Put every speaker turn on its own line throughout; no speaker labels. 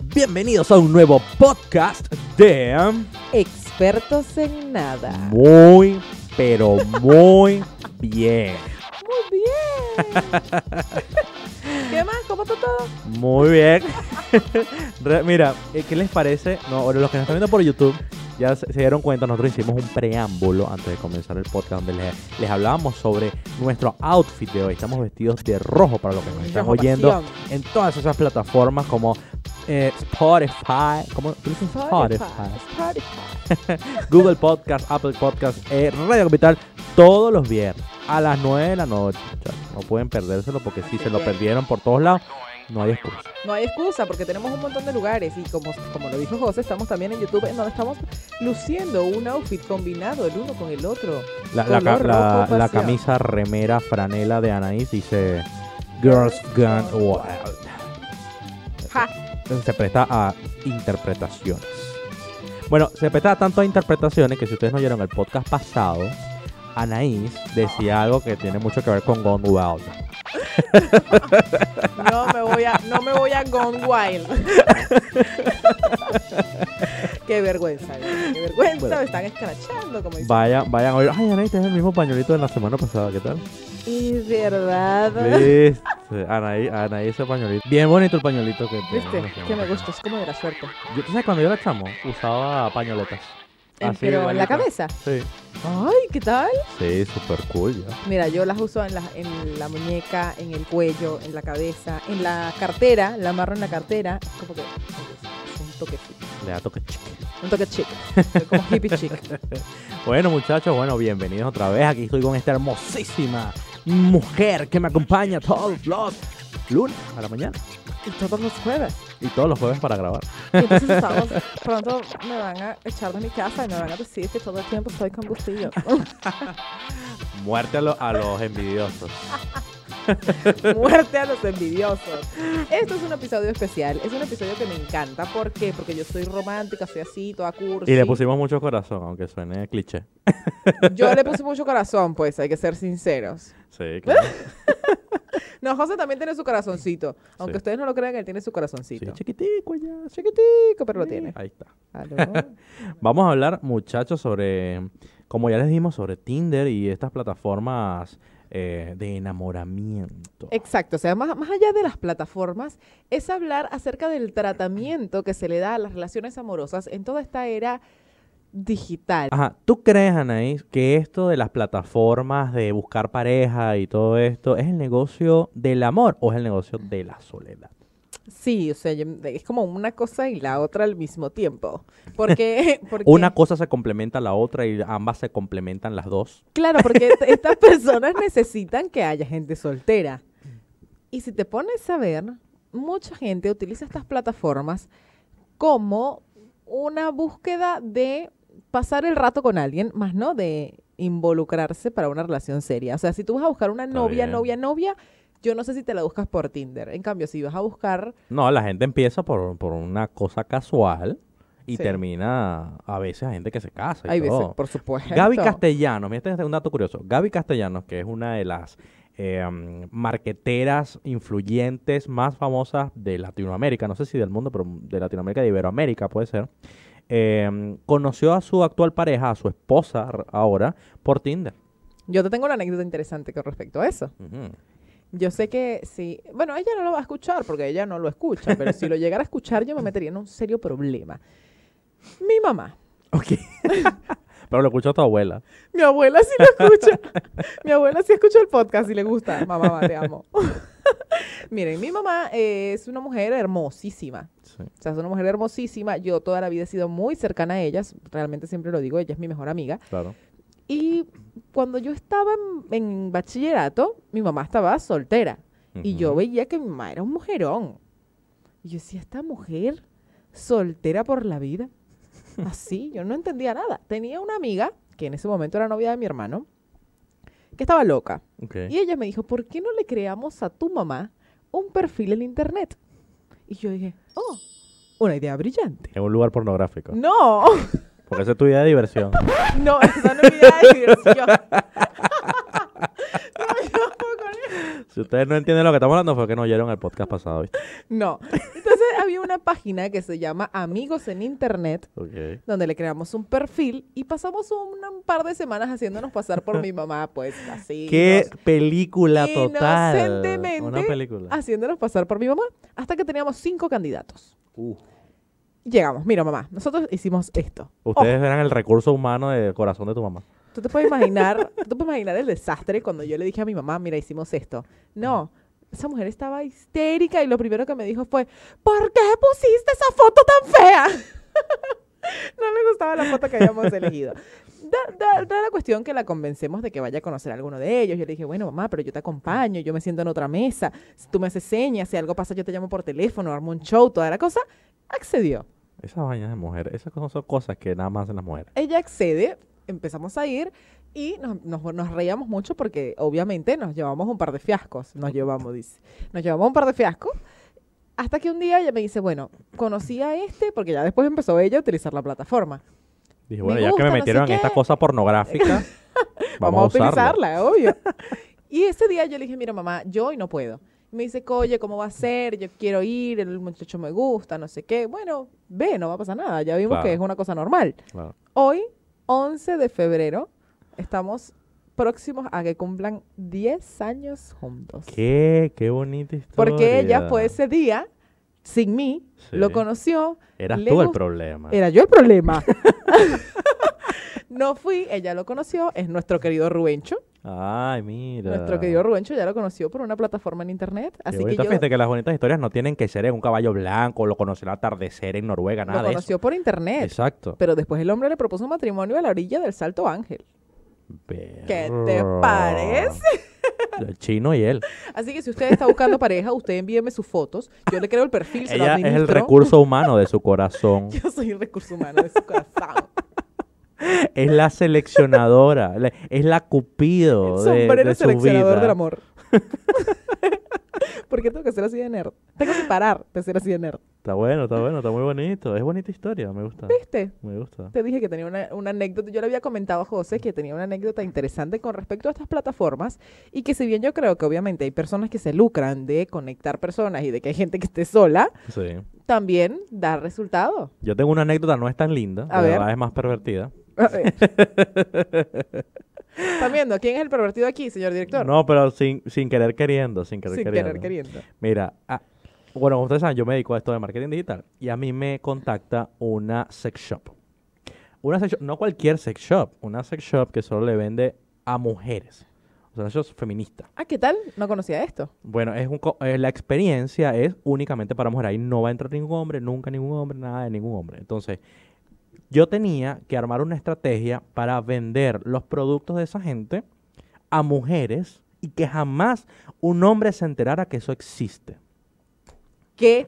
Bienvenidos a un nuevo podcast de...
Expertos en nada.
Muy, pero muy bien.
Muy bien. ¿Qué más? ¿Cómo está todo?
Muy bien. Re- Mira, eh, ¿qué les parece? No, ahora los que nos están viendo por YouTube ya se se dieron cuenta, nosotros hicimos un preámbulo antes de comenzar el podcast donde les, les hablábamos sobre nuestro outfit de hoy. Estamos vestidos de rojo para los que nos están
Rojo
oyendo
pasión.
en todas esas plataformas como eh, Spotify, ¿cómo tú dices Spotify?
Spotify.
Google Podcast, Apple Podcast, eh, Radio Capital, todos los viernes a las 9 de la noche. muchachos. No pueden perdérselo porque si
Así
se lo
que-
perdieron por todos lados, no hay excusa.
No hay excusa porque tenemos un montón de lugares y como, como lo dijo José, estamos también en YouTube en donde estamos luciendo un outfit combinado el uno con el otro.
La, la ca-
Color
la-
rojo
la
pasión.
camisa remera franela de Anaís dice Girls Gone Wild.
Ja.
Entonces, Se presta a interpretaciones. Bueno, se presta tanto a interpretaciones que si ustedes no oyeron el podcast pasado, Anaís decía algo que tiene mucho que ver con Gone Wild.
No me voy a, no me voy a Gone Wild. qué vergüenza, qué vergüenza,
Bueno.
me están escrachando como dicen.
Vayan, vayan a oír. Ay, Anaís, tienes el mismo pañuelito de la semana pasada, ¿qué tal?
Es verdad.
¿Viste? Anaís, Anaís ese pañuelito. Bien bonito el pañuelito que tiene.
¿Viste?
No sé,
Que me gusta, es como de la suerte.
Yo, ¿Tú sabes cuando yo era chamo? Usaba pañoletas.
En-
Así,
Eh, pero en la
igualito.
cabeza.
Sí.
Ay, ¿qué tal?
Sí, súper cool ya.
Mira, yo las uso en la, en la muñeca, en el cuello, en la cabeza, en la cartera, la amarro en la cartera. Como que es un toque chic,
Le da toque chique.
un toque chic, soy como hippie chic.
Bueno, muchachos, bueno, bienvenidos otra vez. Aquí estoy con esta hermosísima mujer que me acompaña todos los lunes a la mañana
Y todos los jueves.
y todos los jueves para grabar.
Y entonces estamos, pronto me van a echar de mi casa y me van a decir que todo el tiempo estoy combustible.
Muerte a, lo- a los envidiosos.
Muerte a los envidiosos. Esto es un episodio especial. Es un episodio que me encanta. ¿Por qué? Porque yo soy romántica, soy así, toda cursi.
Y le pusimos mucho corazón, aunque suene cliché.
Yo le puse mucho corazón, pues, hay que ser sinceros.
Sí, claro.
No, José también tiene su corazoncito. Aunque
Sí.
ustedes no lo crean, él tiene su
Sí,
corazoncito.
chiquitico ya,
Chiquitico, pero lo tiene.
Ahí está.
Aló.
Vamos a hablar, muchachos, sobre, como ya les dijimos, sobre Tinder y estas plataformas eh, de enamoramiento.
Exacto, o sea, más, más allá de las plataformas, es hablar acerca del tratamiento que se le da a las relaciones amorosas en toda esta era digital.
Ajá, ¿tú crees, Anaís, que esto de las plataformas de buscar pareja y todo esto es el negocio del amor o es el negocio de la soledad?
Sí, o sea, yo- es como una cosa y la otra al mismo tiempo. Porque, porque
Una cosa se complementa a la otra y ambas se complementan las dos.
claro, porque est- estas personas necesitan que haya gente soltera. Y si te pones a ver, mucha gente utiliza estas plataformas como una búsqueda de pasar el rato con alguien, más no de involucrarse para una relación seria. O sea, si tú vas a buscar una
Está
novia,
bien.
novia, novia, yo no sé si te la buscas por Tinder. En cambio, si vas a buscar
No, la gente empieza por, por una cosa casual y
Sí.
termina a veces a gente que se casa. Y
Hay veces,
todo.
por supuesto.
Gaby Castellanos, mira, este es un dato curioso. Gaby Castellanos, que es una de las eh, mm, marqueteras influyentes más famosas de Latinoamérica, no sé si del mundo, pero de Latinoamérica, de Iberoamérica puede ser, eh, mm, conoció a su actual pareja, a su esposa r- ahora, por Tinder.
Yo te tengo una anécdota interesante con respecto a eso.
Ujú.
Yo sé que si, bueno, ella no lo va a escuchar porque ella no lo escucha, pero si lo llegara a escuchar yo me metería en un serio problema. Mi mamá,
Pero lo escuchó tu abuela.
mi abuela sí lo escucha. mi abuela sí escucha el podcast y le gusta. Mamá, mamá, te amo. Miren, mi mamá eh, es una mujer hermosísima.
Sí.
O sea, es una mujer hermosísima. Yo toda la vida he sido muy cercana a ella. Realmente siempre lo digo, ella es mi mejor amiga.
Claro.
Y cuando yo estaba en, en bachillerato, mi mamá estaba soltera. Y yo
Ujú.
veía que mi mamá era un mujerón. Y yo decía, esta mujer soltera por la vida. Así, yo no entendía nada. Tenía una amiga, que en ese momento era novia de mi hermano, que estaba loca.
Ok.
Y ella me dijo, ¿por qué no le creamos a tu mamá un perfil en internet? Y yo dije, oh, una idea brillante.
En un lugar pornográfico.
No,
Porque esa es tu idea de diversión.
no, esa no es mi idea de diversión. No, yo tampoco,
Si ustedes no entienden lo que estamos hablando, fue que no oyeron el podcast pasado, ¿viste?
No. Entonces había una página que se llama Amigos en Internet,
Ok.
donde le creamos un perfil y pasamos un, un par de semanas haciéndonos pasar por mi mamá, pues así.
¡Qué
nos-
película total!
Inocentemente,
Una película.
haciéndonos pasar por mi mamá, hasta que teníamos cinco candidatos.
Uh,
Llegamos, mira mamá, nosotros hicimos esto.
ustedes eran el recurso humano del corazón de tu mamá.
Tú te puedes imaginar, tú te puedes imaginar el desastre cuando yo le dije a mi mamá, mira, hicimos esto. No, esa mujer estaba histérica y lo primero que me dijo fue, ¿por qué pusiste esa foto tan fea? no le gustaba la foto que habíamos elegido. Da, da- da la cuestión que la convencemos de que vaya a conocer a alguno de ellos. Yo le dije, bueno, mamá, pero yo te acompaño, yo me siento en otra mesa, si tú me haces señas, si algo pasa yo te llamo por teléfono, armo un show, toda la cosa. Accedió.
Esas vainas de mujeres, esas cosas son cosas que nada más hacen las mujeres.
Ella accede, empezamos a ir y nos, nos- nos reíamos mucho porque obviamente nos llevamos un par de fiascos, nos llevamos, dice, nos llevamos un par de fiascos. Hasta que un día ella me dice, bueno, conocí a este porque ya después empezó ella a utilizar la plataforma.
Dije,
Me
bueno, ya que
gusta,
me
no sé
metieron en
qué.
esta cosa pornográfica, vamos,
Vamos, a
usarla.
utilizarla, obvio. y ese día yo le dije, mira mamá, yo hoy no puedo. Y me dice, oye, ¿cómo va a ser? Yo quiero ir, el muchacho me gusta, no sé qué. Bueno, ve, no va a pasar nada. Ya vimos que
Claro.
es una cosa normal.
Claro.
Hoy, 11 de febrero, estamos próximos a que cumplan 10 años juntos.
¿Qué? Qué bonita historia.
Porque ella fue ese día, sin mí,
Sí.
lo conoció,
Eras
le
tú el
gust-
problema.
era yo el problema. no fui, ella lo conoció, es nuestro querido Rubencho.
Ay, mira.
Nuestro querido Rubencho ya lo conoció por una plataforma en internet.
Qué
Así que
bonita
yo
fiesta, que las bonitas historias no tienen que ser en un caballo blanco, lo conoció el atardecer en Noruega, nada
lo
de eso.
conoció por internet.
Exacto.
Pero después el hombre le propuso matrimonio a la orilla del Salto Ángel. ¿Qué te
Perro.
parece?
El chino y él.
Así que si usted está buscando pareja, usted envíeme sus fotos. Yo le creo el perfil, se lo
Ella es el
administro.
recurso humano de su corazón.
Yo soy el recurso humano de su corazón.
es la seleccionadora, la- es la cupido de,
Sombrero
de su
seleccionador
vida.
del amor. ¿Por qué tengo que ser así de nerd? Tengo que parar de ser así de nerd.
Está bueno, está bueno, está muy bonito. Es bonita historia, me gusta.
¿Viste?
Me gusta.
Te dije que tenía una, una anécdota. Yo le había comentado a José que tenía una anécdota interesante con respecto a estas plataformas. Y que, si bien yo creo que obviamente hay personas que se lucran de conectar personas y de que hay gente que esté sola,
Sí.
también da resultado.
Yo tengo una anécdota, no es tan linda,
A
de
ver.
verdad es más pervertida.
A ver. ¿Están viendo? ¿Quién es el pervertido aquí, señor director?
No, pero sin, sin querer queriendo, sin querer
Sin
queriendo.
querer queriendo.
Mira, ah, bueno, como ustedes saben, yo me dedico a esto de marketing digital y a mí me contacta una sex shop. Una sex shop, no cualquier sex shop, una sex shop que solo le vende a mujeres. O sea, una sex shop feminista.
Ah, ¿qué tal? No conocía esto.
Bueno, es un co- eh, la experiencia es únicamente para mujeres. Ahí no va a entrar ningún hombre, nunca ningún hombre, nada de ningún hombre. Entonces, yo tenía que armar una estrategia para vender los productos de esa gente a mujeres y que jamás un hombre se enterara que eso existe.
¿Qué?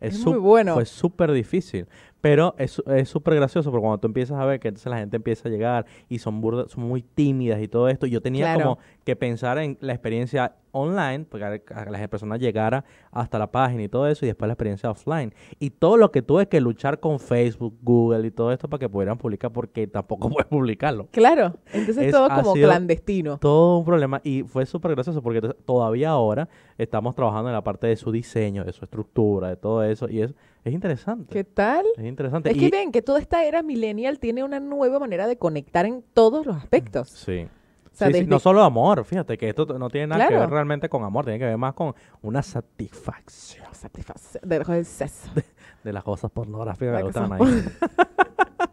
Es,
Es
su-
muy bueno.
Fue súper difícil. Pero es su- es súper gracioso porque cuando tú empiezas a ver que entonces la gente empieza a llegar y son burda- son muy tímidas y todo esto. Yo tenía
Claro.
como que pensar en la experiencia online, porque a- a que la persona llegara hasta la página y todo eso, y después la experiencia offline. Y todo lo que tuve que luchar con Facebook, Google y todo esto para que pudieran publicar, porque tampoco puedes publicarlo.
Claro. Entonces
Es-
todo
ha
como
sido-
clandestino.
Todo un problema y fue súper gracioso porque entonces todavía ahora estamos trabajando en la parte de su diseño, de su estructura, de todo eso y es, es interesante.
¿Qué tal?
Es interesante.
Es
y,
que ven que toda esta era millennial tiene una nueva manera de conectar en todos los aspectos.
sí.
O sea,
Sí, sí,
desde-
No solo amor, fíjate que esto no tiene nada que ver
Claro.
realmente con amor, tiene que ver más con una satisfacción
Satisface- de- de- sexo.
de las cosas pornográficas
La
que le
cosa
gustan ahí.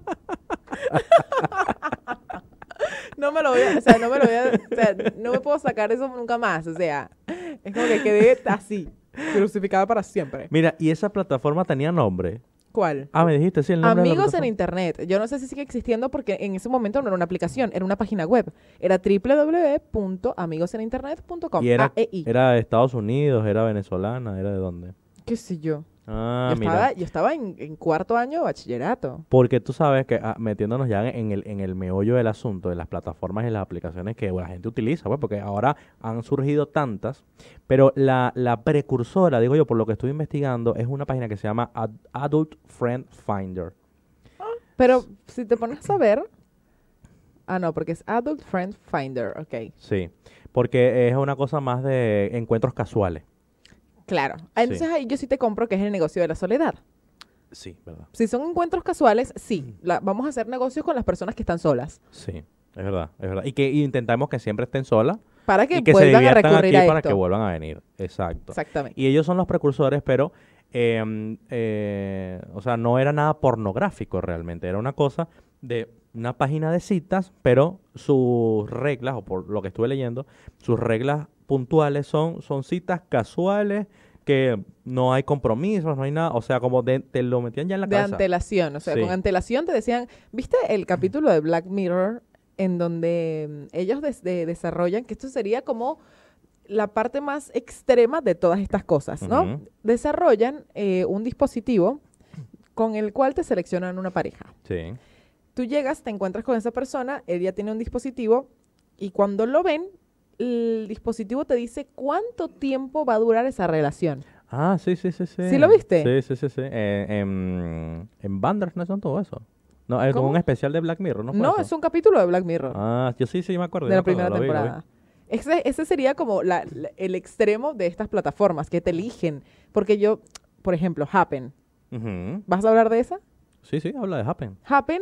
No me lo voy a, o sea, no me lo voy a, o sea, no me puedo sacar eso nunca más. O sea, es como que quedé así, crucificada para siempre.
Mira, y esa plataforma tenía nombre.
¿Cuál?
Ah, me dijiste, sí, el nombre. de la
Amigos en
plataforma.
Internet. Yo no sé si sigue existiendo porque en ese momento no era una aplicación, era una página web. Era www.amigoseninternet.com.
Y era,
AEI.
era de Estados Unidos, era venezolana, era de dónde.
¿Qué sé yo?
Ah,
yo,
mira.
estaba, yo estaba en, en cuarto año de bachillerato.
Porque tú sabes que ah, metiéndonos ya en el, en el meollo del asunto de las plataformas y las aplicaciones que la gente utiliza, pues porque ahora han surgido tantas, pero la, la precursora, digo yo, por lo que estoy investigando, es una página que se llama Ad- Adult Friend Finder.
Pero si te pones a ver, Ah, no, porque es Adult Friend Finder, ok.
Sí, porque es una cosa más de encuentros casuales.
Claro. Ah, Entonces ahí yo sí te compro que es el negocio de la soledad.
Sí, ¿verdad?
Si son encuentros casuales, sí, la- vamos a hacer negocios con las personas que están solas.
Sí, es verdad, es verdad. Y que intentamos que siempre estén solas
Para que,
y que se
vuelvan a
diviertan
recurrir
aquí
a esto.
para que vuelvan a venir. Exacto.
Exactamente.
Y ellos son los precursores, pero, eh, eh, o sea, no era nada pornográfico realmente, era una cosa de una página de citas, pero sus reglas, o por lo que estuve leyendo, sus reglas puntuales son, son citas casuales, que no hay compromisos, no hay nada, o sea, como de- te lo metían ya en la
de
cabeza.
antelación, o sea,
Sí.
con antelación te decían, ¿viste el capítulo de Black Mirror en donde mm, ellos des- de- desarrollan que esto sería como la parte más extrema de todas estas cosas, ¿no?
Ujú.
Desarrollan eh, un dispositivo con el cual te seleccionan una pareja.
Sí,
Tú llegas, te encuentras con esa persona, él ya tiene un dispositivo y cuando lo ven, el dispositivo te dice cuánto tiempo va a durar esa relación.
Ah, sí, sí, sí, sí.
¿Sí lo viste?
Sí, sí, sí, sí. Eh, en, en Bandersnatch son todo eso. No, es como
¿Cómo?
un especial de Black Mirror, ¿no?
No,
fue eso?
es un capítulo de Black Mirror.
Ah, yo sí, sí, me acuerdo. yo me
de la
acuerdo,
primera
lo vi, lo vi.
temporada. Ese, ese sería como la- la- el extremo de estas plataformas que te eligen. Porque yo, por ejemplo, Happen.
Ujú.
¿Vas a hablar de esa?
Sí, sí, habla de Happen.
Happen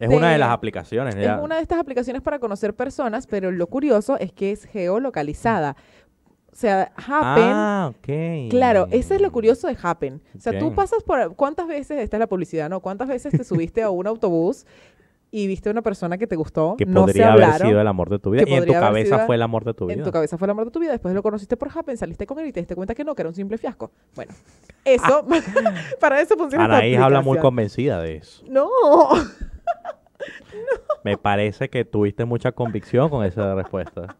Es
De-
una de las aplicaciones. ya.
es una de estas aplicaciones para conocer personas, pero lo curioso es que es geolocalizada. O sea, Happen...
Ah, ok.
Claro, eso es lo curioso de Happen. O sea, tú
Ok.
pasas por... ¿Cuántas veces, esta es la publicidad, ¿no? ¿Cuántas veces te subiste a un autobús y viste a una persona que te gustó?
Que
no se
podría haber
hablaron.
sido el amor de tu vida.
que
Y en tu
podría haber
cabeza
sido-
fue el amor de tu
En
vida.
tu cabeza fue el amor de tu vida, después lo conociste por Happen, saliste con él y te diste cuenta que no, que era un simple fiasco. Bueno, eso, para eso funciona esta
Ah. Anaís habla muy
aplicación.
convencida de eso.
No,
Me parece que tuviste mucha convicción con esa respuesta.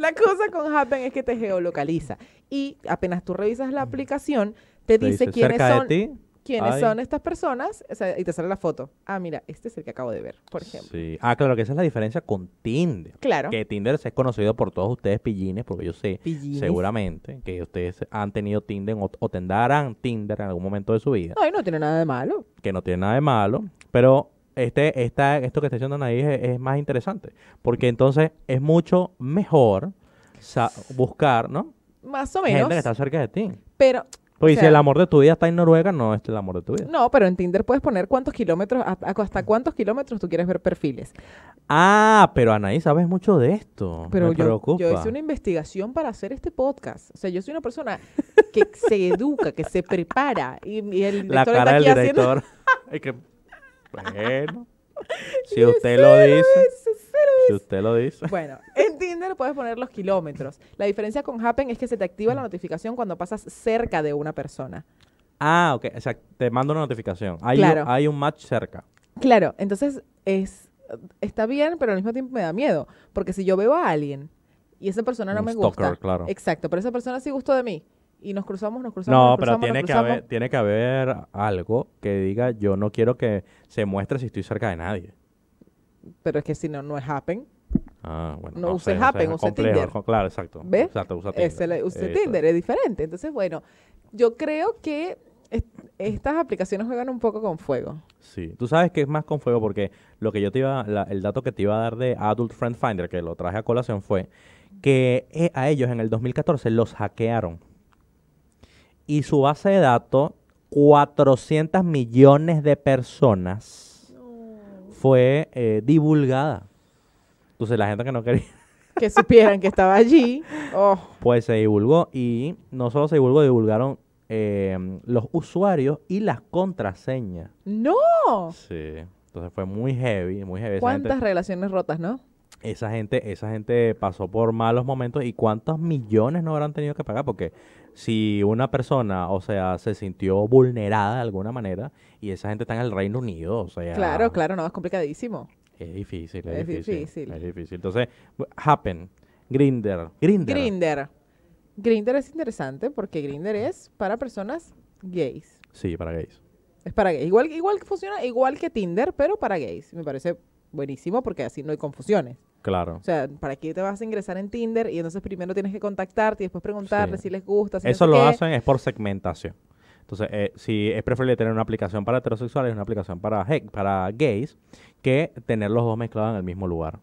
la cosa con Happen es que te geolocaliza y apenas tú revisas la aplicación, te,
Te
dice, quiénes
cerca
son,
de ti.
quiénes
ay.
son estas personas o sea, y te sale la foto. Ah, mira, este es el que acabo de ver, por ejemplo.
Sí. Ah, claro, que esa es la diferencia con Tinder.
Claro.
Que Tinder es conocido por todos ustedes pillines, porque yo sé
Pillines.
seguramente que ustedes han tenido Tinder o, o tendrán Tinder en algún momento de su vida.
No, y no tiene nada de malo.
que no tiene nada de malo, pero este, esta, esto que está diciendo Anaís es, es más interesante, porque entonces es mucho mejor sa- buscar, ¿no?
Más o menos.
Gente que está cerca de ti.
Pero
Porque si
O sea-
el amor de tu vida está en Noruega, no es el amor de tu vida.
no, pero en Tinder puedes poner cuántos kilómetros, hasta- hasta cuántos kilómetros tú quieres ver perfiles.
Ah, pero Anaís sabes mucho de esto.
Pero
Pues Me
yo,
preocupa.
yo hice una investigación para hacer este podcast. O sea, yo soy una persona que se educa, que se prepara. Y, y el
La
director
cara del
está aquí haciendo...
director. es que, bueno, si usted lo dice,
Eso, cero.
si usted lo dice.
Bueno, en Tinder puedes poner los kilómetros. La diferencia con Happen es que se te activa la notificación cuando pasas cerca de una persona.
Ah, ok, o sea, te mando una notificación. Hay, un-
Claro.
hay un match cerca.
Claro, entonces es está bien, pero al mismo tiempo me da miedo. Porque si yo veo a alguien y esa persona no
Un
me
stalker,
gusta...
claro.
Exacto, pero esa persona sí gustó de mí. Y nos cruzamos, nos cruzamos,
No,
nos
pero
cruzamos,
tiene
nos
que,
cruzamos.
haber, tiene que haber algo que diga yo no quiero que se muestre si estoy cerca de nadie.
Pero es que si no, no es Happen.
Ah, bueno.
No
sé,
use
sé,
Happen,
es
use
complejo,
Tinder.
jo- Claro, exacto.
¿Ves?
Exacto, usa Tinder.
Ese la- usted
Eso.
Tinder es diferente. Entonces, bueno, yo creo que est- estas aplicaciones juegan un poco con fuego.
Sí. Tú sabes que es más con fuego porque lo que yo te iba, la- el dato que te iba a dar de Adult Friend Finder, que lo traje a colación, fue que eh, a ellos en el 2014 los hackearon. Y su base de datos, 400 millones de personas, fue eh, divulgada. Entonces la gente que no quería...
Que supieran que estaba allí. Oh,
Pues se divulgó y no solo se divulgó, divulgaron eh, los usuarios y las contraseñas.
¡No!
Sí. Entonces fue muy heavy, muy heavy. Esa
Oh. ¿Cuántas
gente,
relaciones rotas, no?
esa gente, esa gente pasó por malos momentos y cuántos millones no habrán tenido que pagar porque si una persona, o sea, se sintió vulnerada de alguna manera y esa gente está en el Reino Unido, o sea,
Claro, claro, no, es complicadísimo.
es difícil, es,
Es
difícil,
difícil.
es difícil. Entonces, Happen, Grinder, Grinder,
Grinder. Grinder es interesante porque Grinder es para personas gays.
sí, para gays.
Es para gays. Igual, igual que funciona, igual que Tinder, pero para gays. Me parece buenísimo porque así no hay confusiones.
Claro.
O sea, ¿para qué te vas a ingresar en Tinder? Y entonces primero tienes que contactarte y después preguntarle
Sí.
si les gusta. Si no
Eso
sé
lo
qué.
hacen es por segmentación. Entonces, eh, si es preferible tener una aplicación para heterosexuales, una aplicación para, he- para gays, que tener los dos mezclados en el mismo lugar.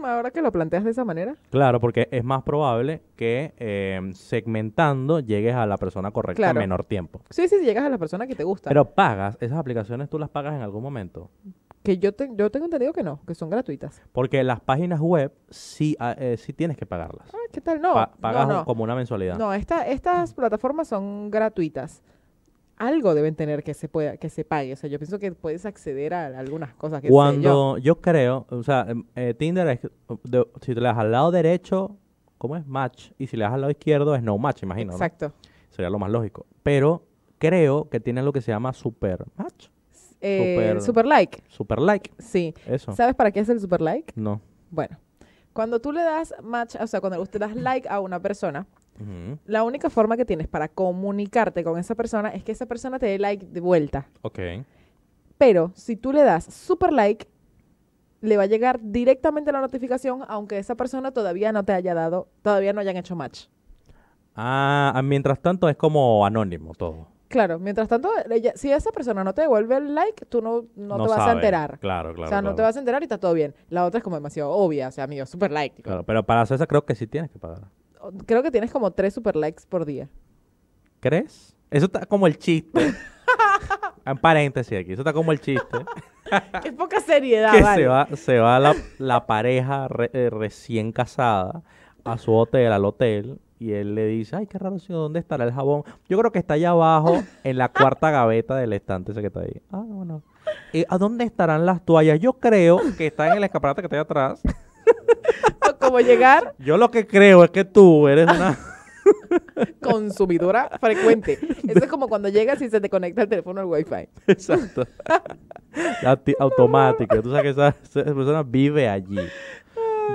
Mm, Ahora que lo planteas de esa manera.
Claro, porque es más probable que eh, segmentando llegues a la persona correcta
Claro.
en menor tiempo.
Sí, sí, sí, llegas a la persona que te gusta.
Pero pagas, esas aplicaciones tú las pagas en algún momento.
que yo, te- yo tengo entendido que no, que son gratuitas.
Porque las páginas web sí, ah, eh, sí tienes que pagarlas.
Ah, ¿Qué tal? No.
Pa-
no,
pagas
no.
un- como una mensualidad.
No, esta- estas plataformas son gratuitas. Algo deben tener que se pueda, que se pague. O sea, yo pienso que puedes acceder a algunas cosas que yo.
Cuando yo. creo, o sea, em, eh, Tinder es, de- si te le das al lado derecho, ¿cómo es? Match. Y si le das al lado izquierdo es no match, imagino. ¿no?
Exacto.
Sería lo más lógico. Pero creo que tienen lo que se llama super match,
Eh,
Super-
super... like.
super like.
Sí.
Eso.
¿Sabes para qué es el super like?
No.
Bueno, cuando tú le das match, o sea, cuando usted das like a una persona,
Ujú.
la única forma que tienes para comunicarte con esa persona es que esa persona te dé like de vuelta.
Ok.
Pero si tú le das super like, le va a llegar directamente la notificación, aunque esa persona todavía no te haya dado, todavía no hayan hecho match.
Ah, ah, mientras tanto es como anónimo todo.
Claro, mientras tanto, ella- si esa persona no te devuelve el like, tú no, no te vas a
sabe.
enterar.
Claro, claro.
o sea, no
claro.
te vas a enterar y está todo bien. La otra es como demasiado obvia, o sea, amigo, super like. tipo,
Claro, pero para hacer eso creo que sí tienes que pagar.
Creo que tienes como tres super likes por día.
¿Crees? Eso está como el chiste. en paréntesis aquí, eso está como el chiste.
Qué poca seriedad,
que
Ah, vale.
se va, se va la, la pareja re- eh, recién casada a su hotel, al hotel, y él le dice, ay, qué raro, señor, ¿dónde estará el jabón? Yo creo que está allá abajo, en la cuarta gaveta del estante ese que está ahí. Ah, bueno. Eh, ¿A dónde estarán las toallas? Yo creo que está en el escaparate que está ahí atrás.
Como llegar
Yo lo que creo es que tú eres una...
consumidora frecuente. Eso es como cuando llegas y se te conecta el teléfono al wifi.
Exacto. Auti- automático. Tú sabes que esa, esa persona vive allí.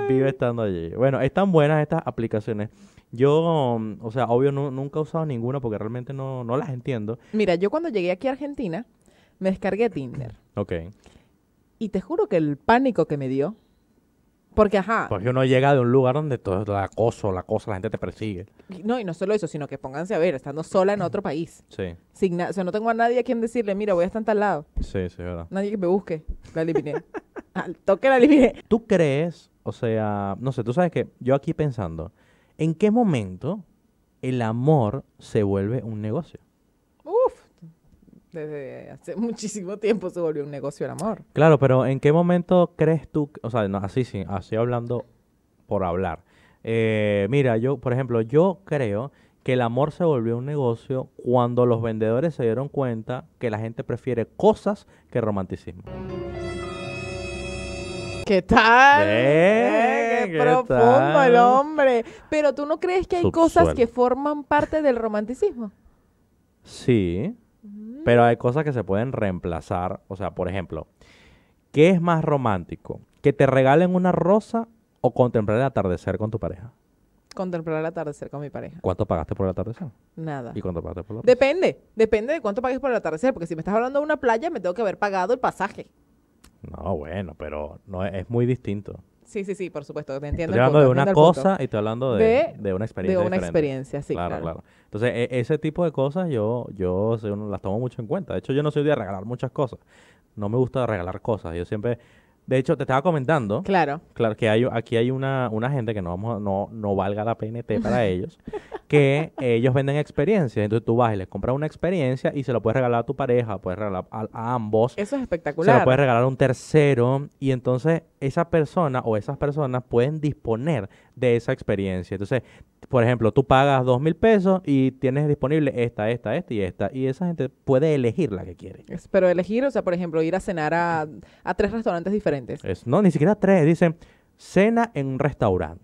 Vive estando allí. Bueno, están buenas estas aplicaciones. Yo, mm, o sea, obvio, nu- nunca he usado ninguna porque realmente no, no las entiendo.
Mira, yo cuando llegué aquí a Argentina, me descargué Tinder.
Ok.
Y te juro que el pánico que me dio, porque ajá,
Porque Pues uno llega de un lugar donde todo es la acoso, la cosa, la gente te persigue.
y- no, y no solo eso, sino que pónganse a ver, estando sola en otro país.
Sí,
Sin na- o sea, no tengo a nadie a quien decirle, mira, voy a estar en tal lado.
sí, sí, verdad.
Nadie que me busque. La eliminé. Al toque la eliminé.
¿Tú crees, o sea, no sé, tú sabes que yo aquí pensando, ¿en qué momento el amor se vuelve un negocio?
Uf. Desde hace muchísimo tiempo se volvió un negocio el amor.
Claro, pero ¿en qué momento crees tú, que- o sea, no, así sí, así hablando por hablar? Eh, mira, yo, por ejemplo, yo creo que el amor se volvió un negocio cuando los vendedores se dieron cuenta que la gente prefiere cosas que romanticismo.
¿Qué tal?
Bien,
Eh,
¿qué
¡Qué profundo
tal?
el hombre! Pero tú no crees que hay cosas
Subsuelo.
que forman parte del romanticismo.
Sí, pero hay cosas que se pueden reemplazar. O sea, por ejemplo, ¿qué es más romántico? ¿Que te regalen una rosa o contemplar el atardecer con tu pareja?
Contemplar el atardecer con mi pareja.
¿Cuánto pagaste por el atardecer?
Nada.
¿Y cuánto pagaste por la rosa?
Depende, depende de cuánto pagues por el atardecer, porque si me estás hablando de una playa, me tengo que haber pagado el pasaje.
No, bueno, pero no es- es muy distinto.
Sí, sí, sí, por supuesto, te entiendo.
Estoy
el
hablando
punto,
de una
entiendo el punto.
cosa y estoy hablando de,
De-
de una
De
experiencia.
una
diferente.
experiencia, sí, claro.
Entonces, e- ese tipo de cosas yo, yo soy uno- las tomo mucho en cuenta. De hecho, yo no soy de regalar muchas cosas. No me gusta regalar cosas. Yo siempre, de hecho, te estaba comentando,
Claro.
claro, que hay, aquí hay una, una gente que no, vamos a- no, no valga la PNT para ellos, que ellos venden experiencias. Entonces tú vas y les compras una experiencia y se lo puedes regalar a tu pareja, puedes regalar a, a ambos.
Eso es
Se
espectacular.
lo puedes regalar a un tercero y entonces esa persona o esas personas pueden disponer de esa experiencia. Entonces, por ejemplo, tú pagas dos mil pesos y tienes disponible esta, esta, esta y esta. Y esa gente puede elegir la que quiere.
Es- Pero elegir, o sea, por ejemplo, ir a cenar a, a tres restaurantes diferentes.
Es- no, ni siquiera tres. Dicen cena en un restaurante.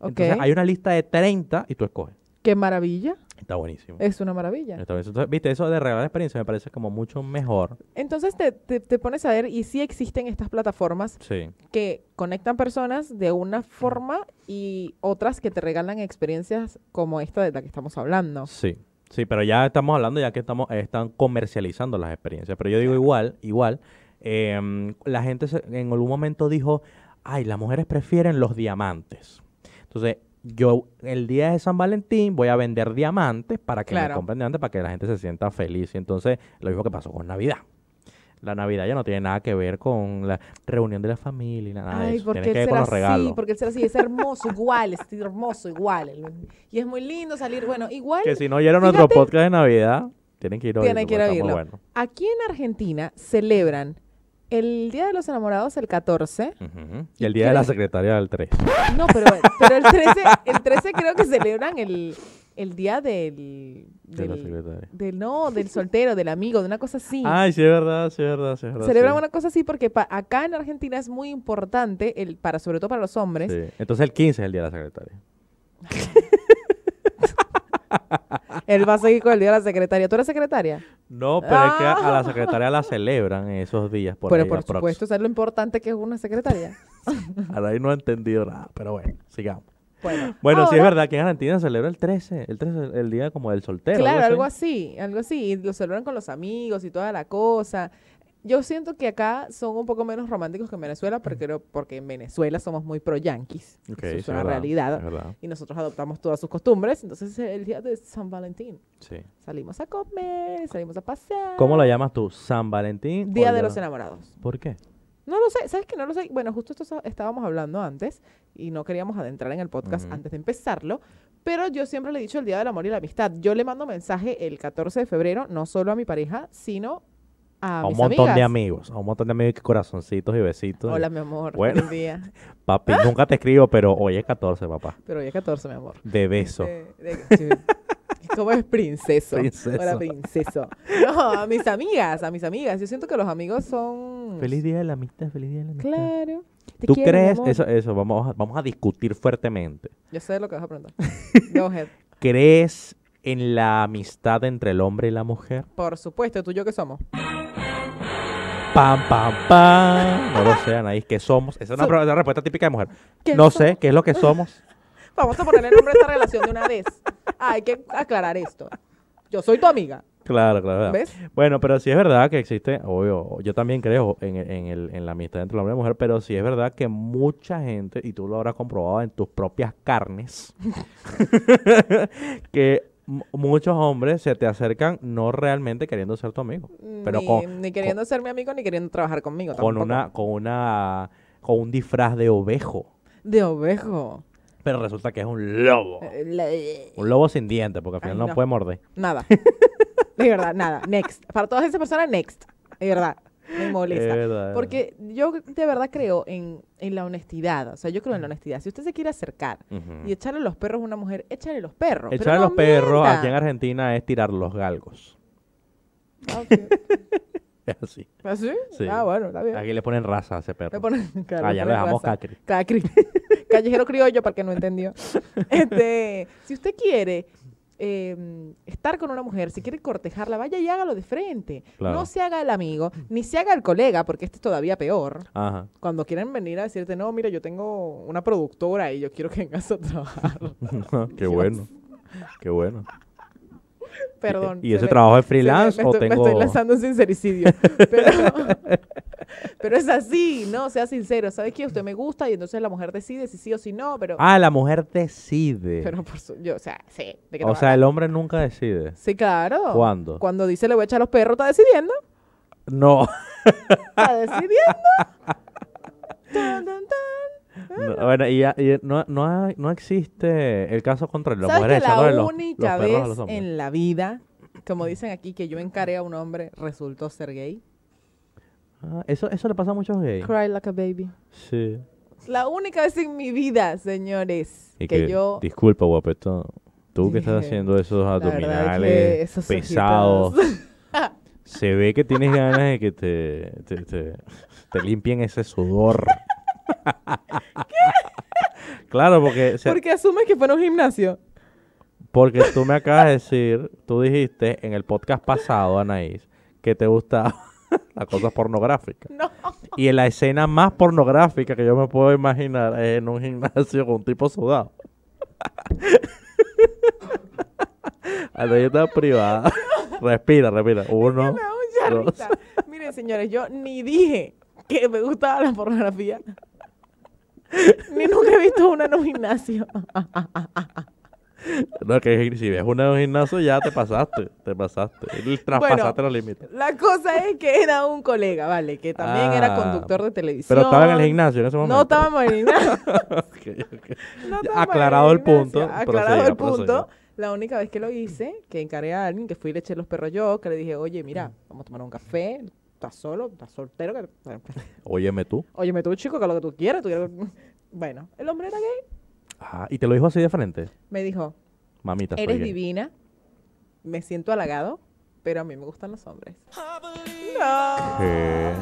Ok.
Entonces hay una lista de 30 y tú escoges.
Qué maravilla.
Está buenísimo.
Es una maravilla.
Está bien. Entonces, viste, eso de regalar experiencia me parece como mucho mejor.
Entonces te, te- te pones a ver, y sí existen estas plataformas
Sí.
que conectan personas de una forma y otras que te regalan experiencias como esta de la que estamos hablando.
Sí, sí, pero ya estamos hablando, ya que estamos, eh, están comercializando las experiencias. Pero yo digo igual, igual, em, la gente se- en algún momento dijo, ay, las mujeres prefieren los diamantes. Entonces, yo el día de San Valentín voy a vender diamantes para que me
Claro.
compren diamantes, para que la gente se sienta feliz. Y entonces, lo mismo que pasó con Navidad. La Navidad ya no tiene nada que ver con la reunión de la familia, y nada de
Ay,
Ah, eso. Tiene
porque
que
él
ver con
será
los regalos.
así, porque él será así, es hermoso igual, es hermoso igual. Y es muy lindo salir, bueno, igual
Que si no oyeron nuestro
Fíjate.
podcast de Navidad, tienen que ir a oírlo.
Tienen que ir
porque
a
está muy
oírlo. aquí en Argentina celebran el Día de los Enamorados el 14.
bueno. Ujú.
¿Y
Y el día de la
quieres-
secretaria del 3.
No, pero, pero el 13, el 13 creo que celebran el, el día del,
De la
del-
secretaria.
del- no, del soltero, del amigo, de una cosa así.
Ay, sí es verdad, sí es verdad, sí es verdad.
Celebran
Ah, sí.
una cosa así porque pa- acá en Argentina es muy importante, el, para, sobre todo para los hombres,
Sí. Entonces el 15 es el día de la secretaria.
él va a seguir con el día de la secretaria. ¿Tú eres secretaria?
No, pero es que a, a la secretaria la celebran en esos días. Por
Ah. pero
ahí,
por
aprox.
supuesto, ¿sabes lo importante que es una secretaria?
Ahora ahí no he entendido nada, pero bueno, sigamos.
Bueno,
Bueno, sí es
ahora-
verdad que en Argentina se celebra el 13, el 13 es el día como del soltero.
Claro, algo así, algo así. Y lo celebran con los amigos y toda la cosa. Yo siento que acá son un poco menos románticos que en Venezuela, porque, creo- porque en Venezuela somos muy pro yanquis.
Ok,
Eso
sí
es
es
una
verdad,
realidad.
es verdad,
Y nosotros adoptamos todas sus costumbres. Entonces, el día de San Valentín.
sí.
Salimos a comer, salimos a pasear.
¿Cómo lo llamas tú? ¿San Valentín?
Día
o
de
ya
los
no?
enamorados.
¿Por qué?
No lo sé, ¿sabes que No lo sé. Bueno, justo esto so- estábamos hablando antes y no queríamos adentrar en el podcast
Ujú.
antes de empezarlo, pero yo siempre le he dicho el Día del Amor y la Amistad. Yo le mando mensaje el 14 de febrero, no solo a mi pareja, sino a,
a un
mis
montón de
amigas.
amigos, a un montón de amigos que corazoncitos y besitos. y,
Hola, Ah. mi amor.
Bueno.
Buen día.
Papi, nunca te escribo, pero hoy es 14, papá.
Pero hoy es 14, mi amor. Eh,
De beso.
De- de- sí. ¿Cómo es princeso?
Princeso.
Hola, princeso. No, a mis amigas, a mis amigas. Yo siento que los amigos son...
Feliz día de la amistad, feliz día de la amistad.
Claro. Te
¿Tú
quiero, mi
crees?
amor.
Eso, eso, vamos a, vamos a discutir fuertemente.
Yo sé lo que vas a preguntar. Go ahead.
¿Crees en la amistad entre el hombre y la mujer?
Por supuesto, tú y yo que somos.
Pam, pam, pam. No lo sé, Anaís, ¿qué somos? Esa es una,
So-
pre- una respuesta típica de mujer.
¿Qué
No
somos?
sé, ¿qué es lo que somos?
Vamos a ponerle nombre a esta relación de una vez. Ah, hay que aclarar esto. Yo soy tu amiga,
Claro, claro. claro.
¿ves?
Bueno, pero sí es verdad que existe, obvio, yo también creo en, en el- en la amistad entre el hombre y la mujer, pero sí es verdad que mucha gente, y tú lo habrás comprobado en tus propias carnes, que mu- muchos hombres se te acercan no realmente queriendo ser tu amigo, pero
ni,
con,
ni queriendo ser mi amigo ni queriendo trabajar conmigo.
con
tampoco.
una, con una, con un disfraz de ovejo,
De ovejo.
pero resulta que es un lobo,
Eh, la-
Oh. un lobo sin dientes, porque al final
Ay,
no,
no.
puede morder.
Nada. De verdad, nada. Next. Para todas esas personas, next. De verdad. Me molesta.
Es verdad, es verdad.
Porque yo de verdad creo en, en la honestidad. O sea, yo creo en la honestidad. Si usted se quiere acercar
Ujú.
y echarle los perros a una mujer, échale los perros. pero
Echar a
no
los perros
mienta.
aquí en Argentina es tirar los galgos,
Ah, ok.
es así.
¿Ah, sí?
Sí.
Ah, bueno, está bien.
Aquí le ponen raza a ese perro.
Le ponen- claro,
ah,
le
ya le
ponen
dejamos
raza.
cacri.
Cada cri- Callejero criollo, para el que no entendió. Este, si usted quiere eh, estar con una mujer, si quiere cortejarla, vaya y hágalo de frente.
Claro.
No se haga el amigo, ni se haga el colega, porque este es todavía peor.
Ajá.
Cuando quieren venir a decirte, no, mira, yo tengo una productora y yo quiero que vengas a trabajar.
Qué bueno. Qué bueno.
Perdón.
¿Y
se
ese
me-
trabajo es
se me-
freelance
me
o
estoy-
tengo.?
Me estoy lanzando un sincericidio. Pero, pero es así, ¿no? Sea sincero. ¿Sabes qué? Usted me gusta y entonces la mujer decide si sí o si no, pero...
Ah, la mujer decide.
Pero por su, yo, o sea, sí. ¿de qué te
o
vas a
sea,
hablar?
el hombre nunca decide.
Sí, claro.
¿Cuándo?
Cuando dice le voy a echar los perros, está decidiendo.
No.
Está decidiendo. Tan, tan, tan.
No, bueno, y, ya- y no, no, ha- no existe el caso contra las
¿Sabes
mujeres
que la
echándole los,
única
los perros a
vez
los hombres.
en la vida, como dicen aquí, que yo encaré a un hombre resultó ser gay?
Ah, eso, eso le pasa a muchos gays.
Cry like a baby.
Sí.
La única vez en mi vida, señores, que,
Y que,
yo...
Disculpa, guapetón. Tú que estás
Sí.
haciendo esos
La verdad es que
abdominales
esos
pesados. Se ve que tienes ganas de que te, te, te- te limpien ese sudor. Claro, porque, o sea,
Porque asumes que fue en un gimnasio.
porque tú me acabas de decir, tú dijiste en el podcast pasado, Anaís, que te gustaba las cosas pornográficas.
No.
Y en la escena más pornográfica que yo me puedo imaginar es en un gimnasio con un tipo sudado. Anaís está privada. Respira, respira. Uno.
Me da mucha
dos.
risa. Miren, señores, yo ni dije que me gustaba la pornografía. Ni nunca he visto una en un gimnasio.
No, que si ves una de un gimnasio ya te pasaste, te pasaste. Traspasaste los límites.
La cosa es que era un colega, vale, que también era
Ah,
conductor de televisión.
Pero estaba en el gimnasio en ese momento.
No estábamos en el gimnasio.
Ok, ok.
No
Ya,
tan
aclarado
mal,
el punto,
gracias.
prosiga,
Aclarado el
prosiga.
punto. La única vez que lo hice, que encargué a alguien, que fui y le eché los perros yo, que le dije, oye, mira, vamos a tomar un café, estás solo, estás soltero. Que...
Óyeme tú.
Oye, tú, chico, que lo que tú quieras, tú quieres... Bueno, el hombre era gay.
Ah, y te lo dijo así de frente.
Me dijo,
Mamita, soy
eres
gay.
divina, me siento halagado, pero a mí me gustan los hombres. No.
¿Qué?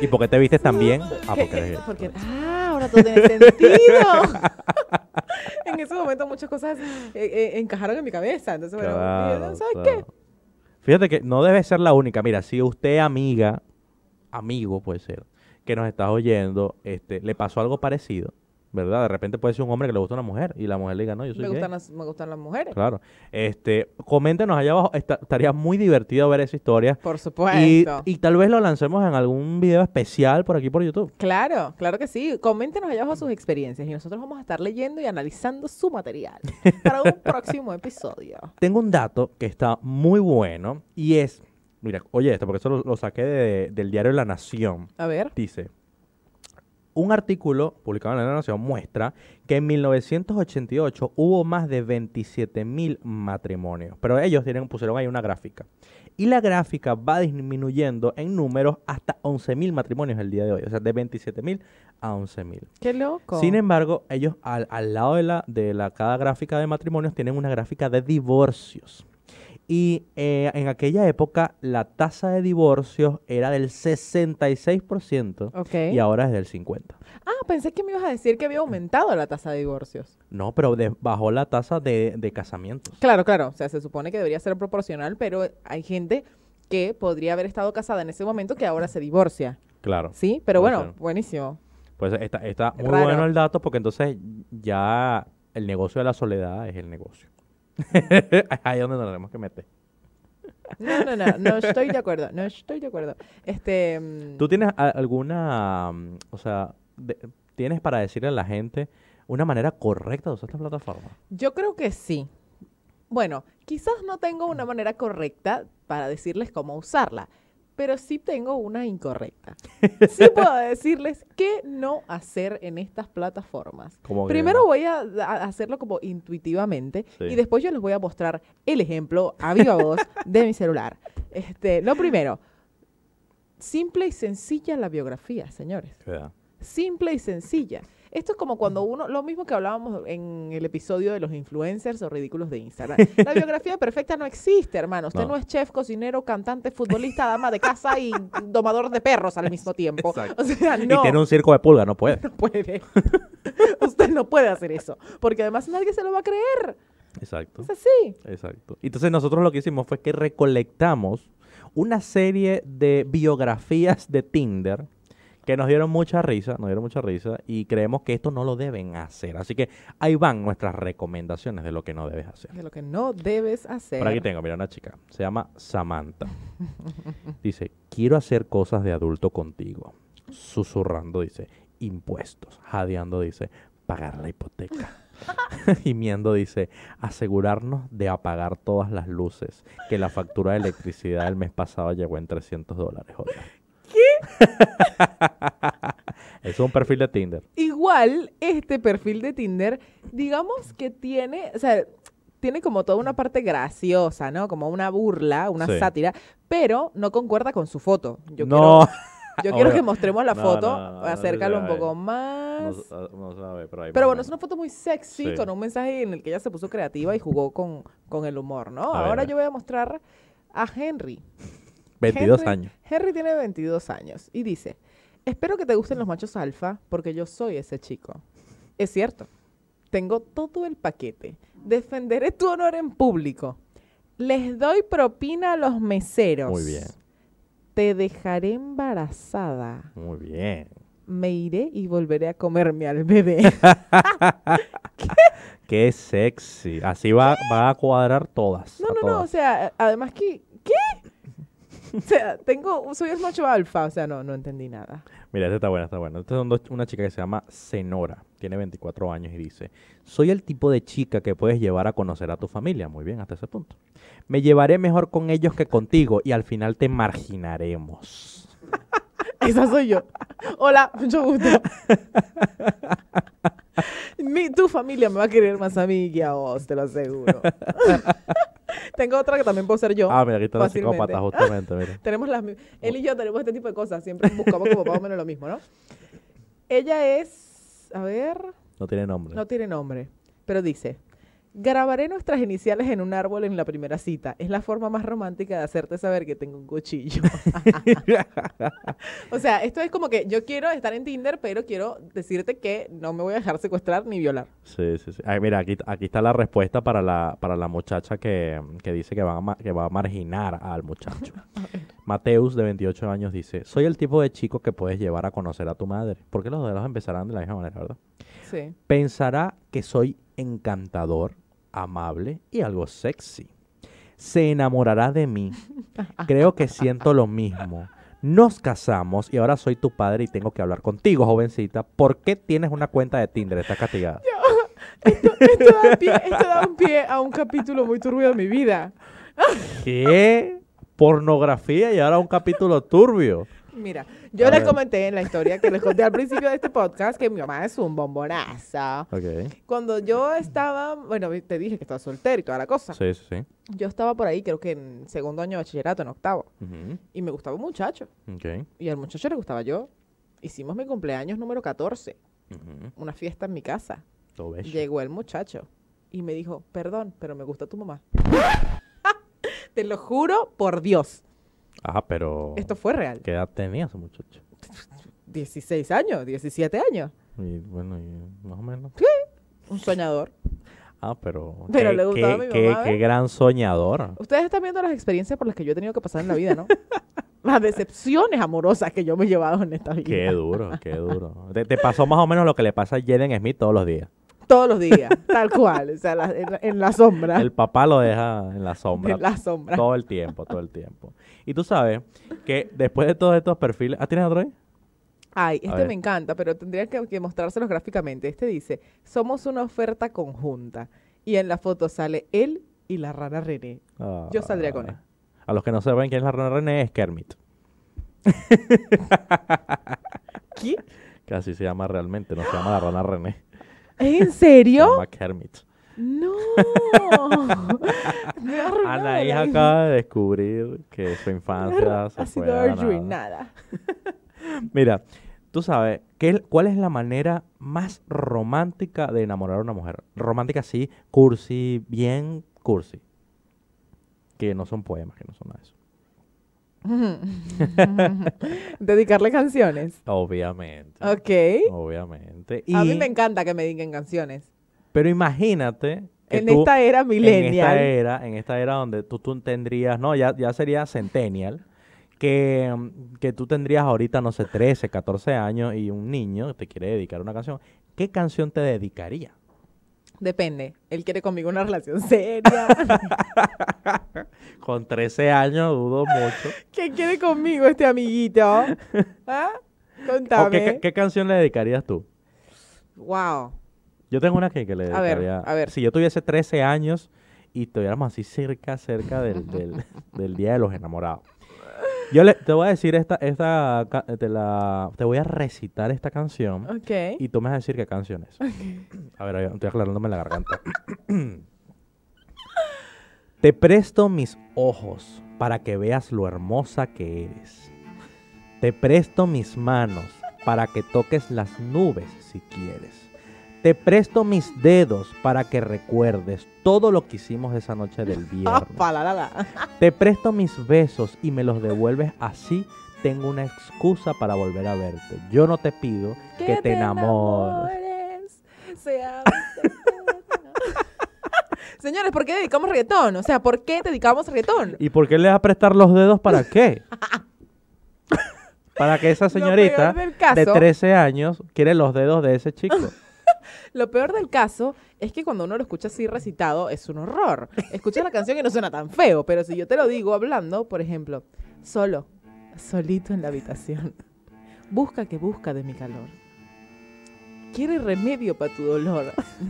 ¿Y por qué te vistes tan bien? Ah,
¿Qué-
porque
qué-
eres gay.
porque- ah, ahora todo tiene sentido. en ese momento muchas cosas eh, eh, encajaron en mi cabeza. Entonces, bueno, dije,
Claro,
¿sabes
claro.
qué?
Fíjate que no debe ser la única. Mira, si usted, amiga, amigo puede ser, que nos estás oyendo, este, le pasó algo parecido, ¿verdad? De repente puede ser un hombre que le gusta a una mujer y la mujer le diga, no, yo soy
Me
gay.
gustan, las, me gustan las mujeres.
Claro. Este, coméntenos allá abajo. Esta- estaría muy divertido ver esa historia.
Por
Y,
supuesto.
y tal vez lo lancemos en algún video especial por aquí por YouTube.
Claro, claro que sí. Coméntenos allá abajo sus experiencias y nosotros vamos a estar leyendo y analizando su material para un próximo episodio.
Tengo un dato que está muy bueno y es, mira, oye esto, porque eso lo, lo saqué de- del diario La Nación.
A ver.
Dice, un artículo publicado en La Nación muestra que en 1988 hubo más de 27 mil matrimonios, pero ellos tienen, pusieron ahí una gráfica. Y la gráfica va disminuyendo en números hasta 11 mil matrimonios el día de hoy, o sea, de 27 mil a 11 mil.
Qué loco.
Sin em- embargo, ellos al, al lado de la, de la cada gráfica de matrimonios tienen una gráfica de divorcios. Y eh, en aquella época la tasa de divorcios era del 66%
ok.
y ahora es del 50%.
Ah, pensé que me ibas a decir que había aumentado la tasa de divorcios.
No, pero de- bajó la tasa de, de casamientos.
Claro, claro. O sea, se supone que debería ser proporcional, pero hay gente que podría haber estado casada en ese momento que ahora se divorcia.
Claro.
Sí, pero
Puede
bueno,
ser.
buenísimo.
Pues está, está muy
Raro.
bueno el dato porque entonces ya el negocio de la soledad es el negocio. Ahí es donde nos tenemos que meter.
No, no, no, no estoy de acuerdo, no estoy de acuerdo. Este, mm,
¿Tú tienes a- alguna, mm, o sea, de- tienes para decirle a la gente una manera correcta de usar esta plataforma?
yo creo que sí. Bueno, quizás no tengo una manera correcta para decirles cómo usarla, pero sí tengo una incorrecta. Sí puedo decirles qué no hacer en estas plataformas.
Como que-
Primero voy a, a- hacerlo como intuitivamente
Sí.
y después yo les voy a mostrar el ejemplo a viva voz de mi celular. Este, lo primero, simple y sencilla la biografía, señores.
¿Verdad?
Simple y sencilla. Esto es como cuando uno, lo mismo que hablábamos en el episodio de los influencers o ridículos de Instagram. La biografía perfecta no existe, hermano. Usted
No.
no, es chef, cocinero, cantante, futbolista, dama de casa y domador de perros al mismo tiempo.
Exacto.
O sea, no
Y tiene un circo de pulga, no puede.
no puede. Usted no puede hacer eso. Porque además nadie se lo va a creer.
Exacto,
Es así.
exacto. Entonces nosotros lo que hicimos fue que recolectamos una serie de biografías de Tinder que nos dieron mucha risa, nos dieron mucha risa y creemos que esto no lo deben hacer. Así que ahí van nuestras recomendaciones de lo que no debes hacer.
De lo que no debes hacer.
Por aquí tengo, mira, una chica. Se llama Samantha. Dice, quiero hacer cosas de adulto contigo. Susurrando, dice, impuestos. Jadeando, dice, pagar la hipoteca. y miendo, dice, asegurarnos de apagar todas las luces. Que la factura de electricidad del mes pasado llegó en 300 dólares. ¿Qué? es un perfil de Tinder.
Igual, este perfil de Tinder, digamos que tiene, o sea, tiene como toda una parte graciosa, ¿no? Como una burla, una
Sí.
sátira, pero no concuerda con su foto. Yo
no,
quiero, yo quiero que
Obvio.
mostremos la
No,
foto,
no, no, no,
acércalo
no,
un
no,
poco
no,
más.
no, no sabe, pero ahí
Pero
más o
bueno,
menos.
es una foto muy sexy
Sí.
con un mensaje en el que ella se puso creativa y jugó con, con el humor, ¿no?
A ver,
Ahora
a ver.
yo voy a mostrar a Henry.
22
Henry-
años.
Henry tiene 22 años y dice, espero que te gusten los machos alfa porque yo soy ese chico. Es cierto, tengo todo el paquete. Defenderé tu honor en público. Les doy propina a los meseros.
Muy bien.
Te dejaré embarazada.
Muy bien.
Me iré y volveré a comerme al bebé.
Qué sexy. Así va, va a cuadrar todas.
No,
a
no, no, o
todas.
sea, además que, ¿qué? O sea, tengo, soy el macho alfa, o sea, no, no entendí nada.
Mira, esta está buena, está buena. Esta es una chica que se llama Senora, tiene 24 años y dice, soy el tipo de chica que puedes llevar a conocer a tu familia. Muy bien, hasta ese punto. Me llevaré mejor con ellos que contigo y al final te marginaremos.
Esa soy yo. Hola, mucho gusto. Mi- tu familia me va a querer más a mí que a vos, te lo aseguro. tengo otra que también puedo ser yo.
Ah, mira, aquí está la
Fácilmente.
psicópata justamente, mira.
Tenemos las mi- él y yo tenemos este tipo de cosas, siempre buscamos como más o menos lo mismo, ¿no? Ella es, a ver,
No tiene nombre.
no tiene nombre, pero dice, grabaré nuestras iniciales en un árbol en la primera cita. Es la forma más romántica de hacerte saber que tengo un cuchillo. o sea, esto es como que yo quiero estar en Tinder, pero quiero decirte que no me voy a dejar secuestrar ni violar.
Sí, sí, sí. Ay, mira, aquí, aquí está la respuesta para la, para la muchacha que, que dice que va, a ma- que va a marginar al muchacho. Mateus, de 28 años, dice, soy el tipo de chico que puedes llevar a conocer a tu madre. Porque los dos empezarán de la misma manera, ¿verdad?
Sí.
Pensará que soy encantador, amable y algo sexy. Se enamorará de mí. Creo que siento lo mismo. Nos casamos y ahora soy tu padre y tengo que hablar contigo, jovencita. ¿Por qué tienes una cuenta de Tinder? Estás castigada.
Esto da, pie- esto da un pie a un capítulo muy turbio de mi vida.
¿Qué? Pornografía y ahora un capítulo turbio.
Mira, yo
A
les
ver.
comenté en la historia que les conté al principio de este podcast que mi mamá es un bombonazo.
Ok.
Cuando yo estaba, bueno, te dije que estaba soltera y toda la cosa.
Sí, sí, sí.
Yo estaba por ahí, creo que en segundo año de bachillerato, en octavo,
Ujú.
y me gustaba un muchacho.
Ok.
Y al muchacho le gustaba yo. Hicimos mi cumpleaños número 14,
Ujú.
una fiesta en mi casa.
Todo bello.
Llegó el muchacho y me dijo, perdón, pero me gusta tu mamá. te lo juro por Dios.
Ajá, Ah, pero...
Esto fue real.
¿Qué edad tenía ese muchacho?
16 años, 17 años.
Y bueno, y más o menos.
Un soñador.
Ah, pero.
Pero
qué-
le gustaba
qué-
a mi
qué-
mamá,
qué
¿ves?
gran soñador.
Ustedes están viendo las experiencias por las que yo he tenido que pasar en la vida, ¿no? las decepciones amorosas que yo me he llevado en esta vida.
Qué duro, qué duro. Te, te pasó más o menos lo que le pasa a Jaden Smith todos los días.
Todos los días, tal cual. O sea, la- en, la- en la sombra.
El papá lo deja en la sombra.
en la sombra.
Todo el tiempo, todo el tiempo. Y tú sabes que después de todos estos perfiles. ¿Ah, tienes otro ahí?
Ay,
A
este
ver.
me encanta, pero tendría que, que mostrárselos gráficamente. Este dice, somos una oferta conjunta. Y en la foto sale él y la rana René. Yo saldría con él.
Ah, A los que no saben quién es la rana René, es Kermit.
¿Qué?
Que así se llama realmente, no se llama la rana René.
¿Es ¿En
Se
serio?
llama Kermit.
No. Me ha arruinado
Anaís
la-
Ah, acaba de descubrir que su infancia se
Ha
fue
sido
a la nada.
arruinada.
Mira, tú sabes, ¿qué, es- ¿cuál es la manera más romántica de enamorar a una mujer? Romántica sí, cursi, bien cursi. Que no son poemas, que no son nada de eso.
Dedicarle canciones.
Obviamente.
Ok.
Obviamente.
A mí
Y-
me encanta que me dediquen canciones.
Pero imagínate que
En
tú,
esta era
en esta
millennial.
era, en esta era donde tú, tú tendrías, no, ya, ya sería centennial, que, mm, que tú tendrías ahorita, no sé, 13, 14 años y un niño te quiere dedicar una canción. ¿Qué canción te dedicaría?
Depende. Él quiere conmigo una relación seria.
Con 13 años dudo mucho.
¿Qué quiere conmigo este amiguito? ¿Ah?
¿O
Contame.
qué, qué- qué canción le dedicarías tú?
Wow.
Yo tengo una que, que le
A ver,
dedicaría.
a ver.
Si yo tuviese 13 años y estuviéramos así cerca, cerca del, del- del Día de los Enamorados. Yo le- te voy a decir esta, esta ca- te, la, te voy a recitar esta canción
Ok.
y tú me vas a decir qué canción es. A ver, a ver, estoy aclarándome la garganta. Te presto mis ojos para que veas lo hermosa que eres. Te presto mis manos para que toques las nubes si quieres. Te presto mis dedos para que recuerdes todo lo que hicimos esa noche del viernes.
Apa, la, la, la.
Te presto mis besos y me los devuelves así. Tengo una excusa para volver a verte. Yo no te pido que, te, enamores.
enamores, sea- Señores, ¿por qué dedicamos reggaetón? O sea, ¿por qué dedicamos reggaetón?
¿Y por qué le vas a prestar los dedos para qué? para que esa
Lo
señorita
peor del caso-
de 13 años quiere los dedos de ese chico.
Lo peor del caso es que cuando uno lo escucha así recitado es un horror. Escuchas la canción y no suena tan feo, pero si yo te lo digo hablando, por ejemplo, solo, solito en la habitación. Busca que busca de mi calor. Quiere remedio para tu dolor.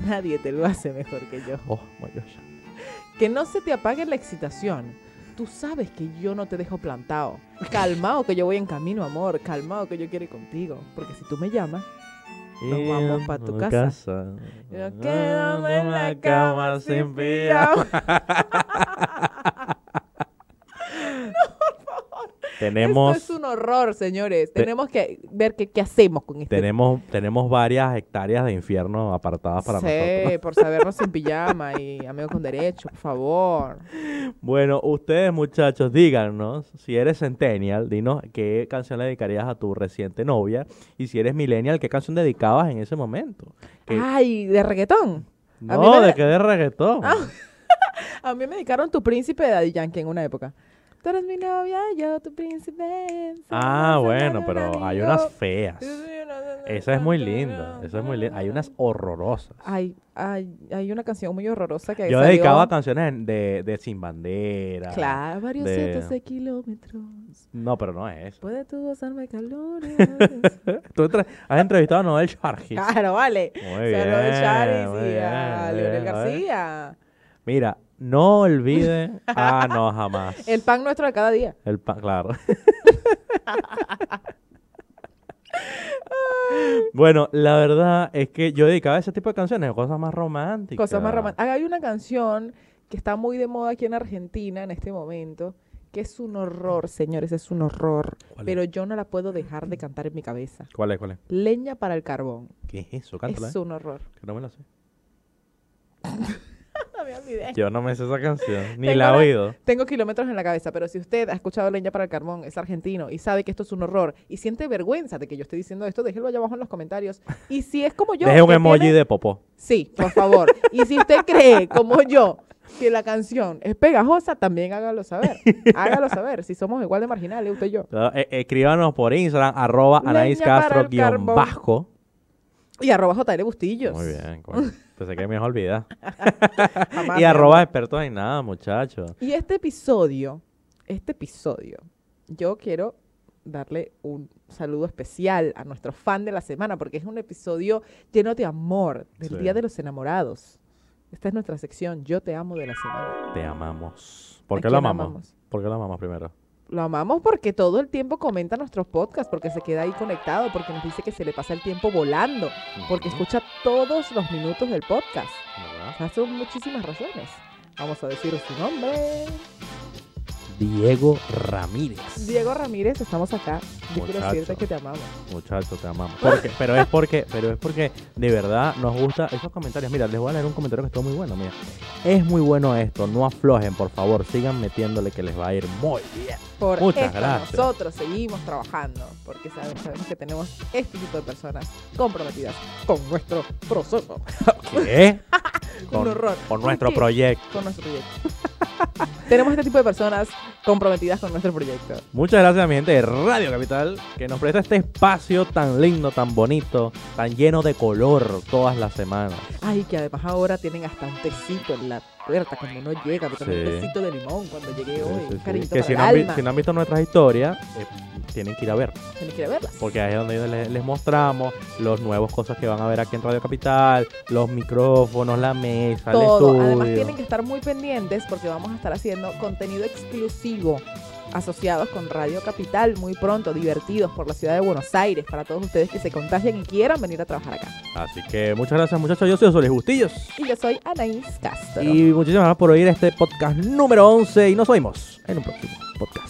Nadie te lo hace mejor que yo.
Oh, my gosh.
Que no se te apague la excitación. Tú sabes que yo no te dejo plantado. Calmao que yo voy en camino, amor. Calmao que yo quiero ir contigo. Porque si tú me llamas, Nos vamos pa' tu casa. Nos quedamos en la cama sin
pijama. Tenemos,
Esto es un horror, señores.
Te-
Tenemos que ver qué, qué hacemos con este
tenemos, tenemos varias hectáreas de infierno apartadas para
sí,
nosotros.
por sabernos en pijama y amigos con derecho, por favor.
Bueno, ustedes muchachos, díganos, si eres Centennial, dinos qué canción le dedicarías a tu reciente novia. Y si eres Millennial, qué canción dedicabas en ese momento. Que-
Ay, de reggaetón. A mí
no,
me- Ah.
de que de reggaetón.
A mí me dedicaron tu príncipe de Daddy Yankee en una época. Tú eres mi novia, yo tu príncipe.
Ah,
somos
bueno,
hermanos,
pero hay
amigos.
unas feas. Esa es muy linda, esa es muy linda. Hay unas horrorosas.
Hay, hay, hay una canción muy horrorosa que
Yo
salió-
dedicaba canciones en- de, de Sin Bandera.
Claro, varios
de-
cientos de kilómetros.
No, pero no es eso.
Puede tú gozarme calor.
Tú entre- has entrevistado a Noel Sharkey.
claro, vale.
Muy
Saludos
bien,
Ah, a Charis
muy bien,
y a
muy
Leonel
bien, a ver.
García.
Mira, no olvide. Ah, no, jamás.
El pan nuestro de cada día.
El pan, claro. bueno, la verdad es que yo dedicaba ese tipo de canciones, cosas más románticas.
Cosas más románticas. Hay una canción que está muy de moda aquí en Argentina en este momento, que es un horror, señores, es un horror.
¿Cuál es?
Pero yo no la puedo dejar de cantar en mi cabeza.
¿Cuál es? ¿Cuál es?
Leña para el carbón.
¿Qué es eso? Cántala. eh.
Es un horror.
Que no me la sé.
No me olvidé.
Yo no me sé esa canción, ni
Tengo
la
la-
he oído.
Tengo kilómetros en la cabeza, pero si usted ha escuchado Leña para el Carbón, es argentino y sabe que esto es un horror y siente vergüenza de que yo esté diciendo esto, déjelo allá abajo en los comentarios. Y si es como yo...
Deje un
que
emoji
tiene-
de popó.
Sí, por favor. Y si usted cree, como yo, que la canción es pegajosa, también hágalo saber. Hágalo saber. Si somos igual de marginales, usted y yo.
Ah, eh, escríbanos por Instagram, arroba
Leña
Anaís
para el
Castro guión
carbón.
bajo.
Y arroba JL Bustillos.
Muy bien, coño. Pensé que me ibas a olvidar.
Jamás,
Y
mi
arroba
amor.
expertos en nada, muchachos.
Y este episodio, este episodio, yo quiero darle un saludo especial a nuestro fan de la semana, porque es un episodio lleno de amor, del
Sí.
Día de los Enamorados. Esta es nuestra sección, Yo te amo de la semana.
Te amamos. ¿Por
¿A
qué lo
quién
amamos? ¿Por qué lo amamos primero?
Lo amamos porque todo el tiempo comenta nuestros podcasts, porque se queda ahí conectado, porque nos dice que se le pasa el tiempo volando, porque
Ujú,
escucha todos los minutos del podcast.
Mm, ¿verdad?
O sea, son muchísimas razones. Vamos a decir su nombre.
Diego Ramírez.
Diego Ramírez, estamos acá. Yo quiero
Muchacho.
decirte que te amamos.
Muchachos, te amamos. Porque- pero es porque, pero es porque de verdad nos gusta esos comentarios. Mira, les voy a leer un comentario que estuvo muy bueno, mira. Es muy bueno esto, no aflojen, por favor, sigan metiéndole que les va a ir muy bien.
Por
Muchas
esto
gracias.
nosotros seguimos trabajando, porque sabemos, sabemos que tenemos este tipo de personas comprometidas con nuestro proceso,
¿Qué? Con,
Un horror.
con nuestro
¿Por qué?
proyecto.
con nuestro proyecto. tenemos este tipo de personas comprometidas con nuestro proyecto.
Muchas gracias a mi gente de Radio Capital que nos presta este espacio tan lindo, tan bonito, tan lleno de color todas las semanas.
Ay, que además ahora tienen hasta un tecito en la puerta cuando uno llega, porque
Sí.
un tecito de limón cuando llegué
Sí,
hoy,
sí,
un
sí.
cariñito
Que
para
si
el
no, han vi-
alma.
si no han visto nuestras historias, eh, tienen que ir a ver.
Se me quiere verlas.
Porque ahí es donde les, les mostramos los nuevos cosas que van a ver aquí en Radio Capital, los micrófonos, la mesa,
Todo.
el
Además
estudio.
tienen que estar muy pendientes porque vamos a estar haciendo contenido exclusivo asociados con Radio Capital muy pronto, divertidos por la ciudad de Buenos Aires, para todos ustedes que se contagian y quieran venir a trabajar acá.
Así que muchas gracias muchachos, yo soy Soles Bustillos.
Y yo soy Anaís Castro.
Y muchísimas gracias por oír este podcast número 11 y nos oímos en un próximo podcast.